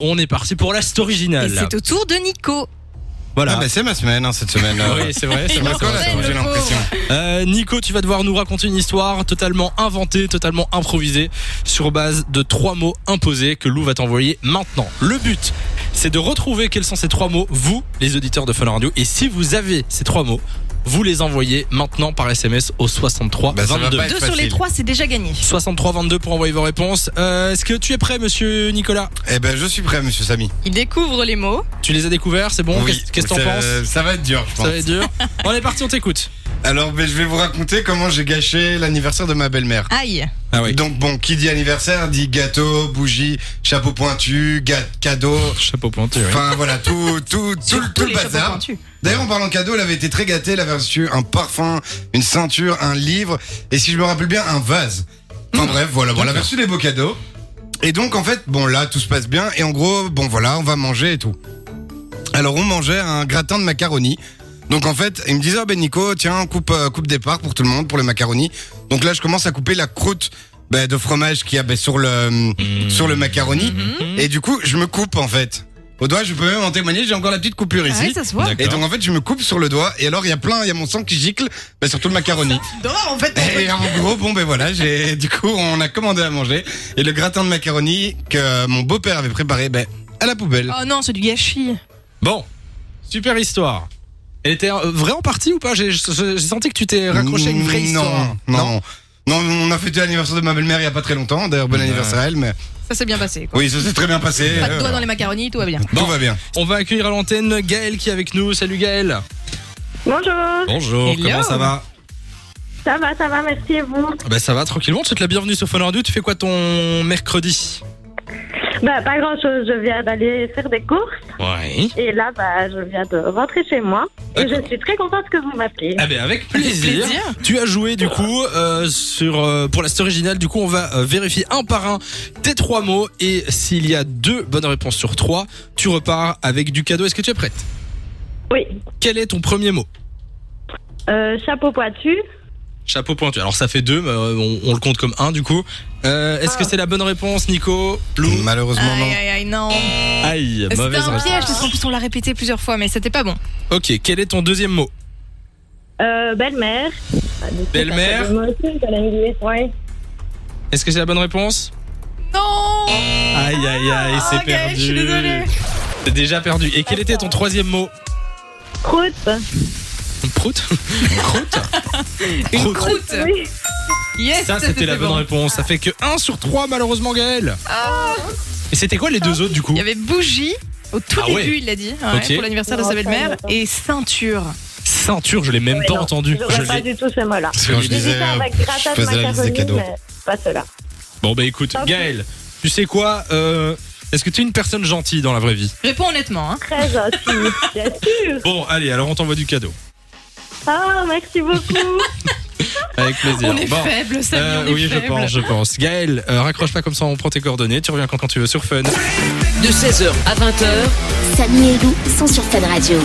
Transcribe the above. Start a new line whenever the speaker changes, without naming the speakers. On est parti pour la story
Et
originale.
c'est au tour de Nico.
Voilà.
Ah, bah, c'est ma semaine hein, cette semaine. euh.
oui, c'est vrai. c'est
Ça
vrai,
me
c'est
colle,
vrai, c'est vrai.
j'ai l'impression.
Euh, Nico, tu vas devoir nous raconter une histoire totalement inventée, totalement improvisée, sur base de trois mots imposés que Lou va t'envoyer maintenant. Le but, c'est de retrouver quels sont ces trois mots, vous, les auditeurs de Fun Radio, et si vous avez ces trois mots, vous les envoyez maintenant par SMS au 63
Bah, ça va
22.
pas être
Deux sur les
facile.
trois, c'est déjà gagné.
63 22 pour envoyer vos réponses. Euh, Est-ce que tu es prêt, monsieur Nicolas
Eh ben, je suis prêt, monsieur Samy.
Il découvre les mots.
Tu les as découverts, c'est bon
Oui,
Qu'est-ce- Qu'est-ce que t'en
ça-
penses
Ça va être dur, je pense.
Ça va être dur. On est parti, on t'écoute.
Alors, ben, je vais vous raconter comment j'ai gâché l'anniversaire de ma belle-mère.
Aïe.
Ah oui.
Donc, bon, qui dit anniversaire dit gâteau, bougie, chapeau pointu, ga- cadeau.
Chapeau pointu, oui.
Enfin, voilà, tout, tout, tout, le-
Tous
tout
les
le
chapeaux
bazar.
pointus.
D'ailleurs, en parlant de cadeau, elle avait été très gâtée. Elle avait reçu un parfum, une ceinture, un livre et, si je me rappelle bien, un vase. Enfin bref, voilà, bon, elle avait reçu des beaux cadeaux. Et donc, en fait, bon, là, tout se passe bien. Et en gros, bon, voilà, on va manger et tout. Alors, on mangeait un gratin de macaroni. Donc, en fait, il me disait, oh, ben Nico, tiens, coupe, euh, coupe départ pour tout le monde, pour le macaroni. Donc là, je commence à couper la croûte ben, de fromage qu'il y a ben, sur, le, sur le macaroni. Et du coup, je me coupe, en fait. Au doigt, je peux même en témoigner, j'ai encore la petite coupure
Ah
ici.
ouais, ça se voit.
D'accord.
Et donc en fait je me coupe sur le doigt et alors il y a plein, il y a mon sang qui gicle, bah, surtout le macaroni.
Dehors, en fait.
Et en gros bon ben voilà, j'ai du coup on a commandé à manger et le gratin de macaroni que mon beau-père avait préparé ben à la poubelle.
Oh non, c'est du gâchis.
Bon, super histoire. Elle était euh, vraie en partie ou pas J'ai j'ai- j'ai senti que tu t'es raccroché à Oh, une vraie histoire.
Non, non. Non, on a fêté l'anniversaire de ma belle-mère il y a pas très longtemps. D'ailleurs, bon
Ouais.
anniversaire à elle, mais
Ça s'est bien passé. Quoi.
oui, ça s'est très bien passé.
Pas de
euh,
doigts dans les macaronis, tout va bien.
Tout
Bon.
va bien.
On va accueillir à l'antenne Gaël qui est avec nous. Salut Gaël.
Bonjour,
Bonjour,
Hello.
comment ça va
ça va, ça va, merci et vous
Bah ça va tranquillement, tu te la bienvenue sur Fun Radio. Tu fais quoi ton mercredi
Bah pas grand chose, je viens d'aller faire des courses
Ouais.
et là bah je viens de rentrer chez moi et je suis très contente que vous m'appeliez.
Ah ben avec plaisir. Tu as joué du coup euh, sur euh, pour la story originale. Du coup, on va euh, vérifier un par un tes trois mots et s'il y a deux bonnes réponses sur trois, tu repars avec du cadeau. Est-ce que tu es prête
Oui,
Quel est ton premier mot
euh, chapeau pointu,
Chapeau pointu. Alors ça fait deux, mais euh, on, on le compte comme un du coup. Euh, Est-ce que
Ah.
c'est la bonne réponse, Nico Lou
Malheureusement non.
Aïe, aïe, aïe, non.
Aïe,
C'était
mauvaise
un
réponse.
piège, parce qu'en plus on l'a répété plusieurs fois, mais c'était pas bon.
Ok, quel est ton deuxième mot
euh, belle-mère. Bah,
Belle-mère.
Moi aussi, j'allais me dire, oui.
Est-ce que c'est la bonne réponse
Non
Oh, Aïe, aïe, aïe,
Ah,
c'est
ok,
perdu.
je suis désolée.
C'est déjà perdu. Et quel était ton troisième mot
Croûte,
Prout Croûte
Une
Croûte.
croûte
oui.
Yes,
Ça, c'était la bonne
bon. Ah.
réponse. Ça fait que 1 sur 3, malheureusement, Gaël. Et c'était quoi les deux autres, du coup
Il y avait bougie. Au tout
Ah ouais.
début, il l'a dit, ouais,
Ok.
pour l'anniversaire de
Non,
sa
ça,
belle-mère.
j'entends.
Et ceinture.
Ceinture, je l'ai même pas
non,
entendu. Je
J'aurais pas
l'ai-
du tout ce mot-là.
Parce que quand je disais,
J'hésitais avec
euh,
gratin
je
de
faisais la liste des
macaroni,
cadeaux.
mais pas cela.
Bon, bah écoute,
Ok.
Gaël, tu sais quoi euh, Est-ce que tu es une personne gentille dans la vraie vie
Réponds honnêtement. Hein.
Très gentil, bien sûr.
Bon, allez, alors on t'envoie du cadeau.
Ah, merci beaucoup.
Avec plaisir.
On est
Bon.
faible, Samy,
Euh,
on est
oui,
faible.
je pense, je pense. Gaël, euh, raccroche pas comme ça, on prend tes coordonnées, tu reviens quand, quand tu veux sur Fun.
de 16h à 20h.
Samy et Lou sont sur Fun Radio.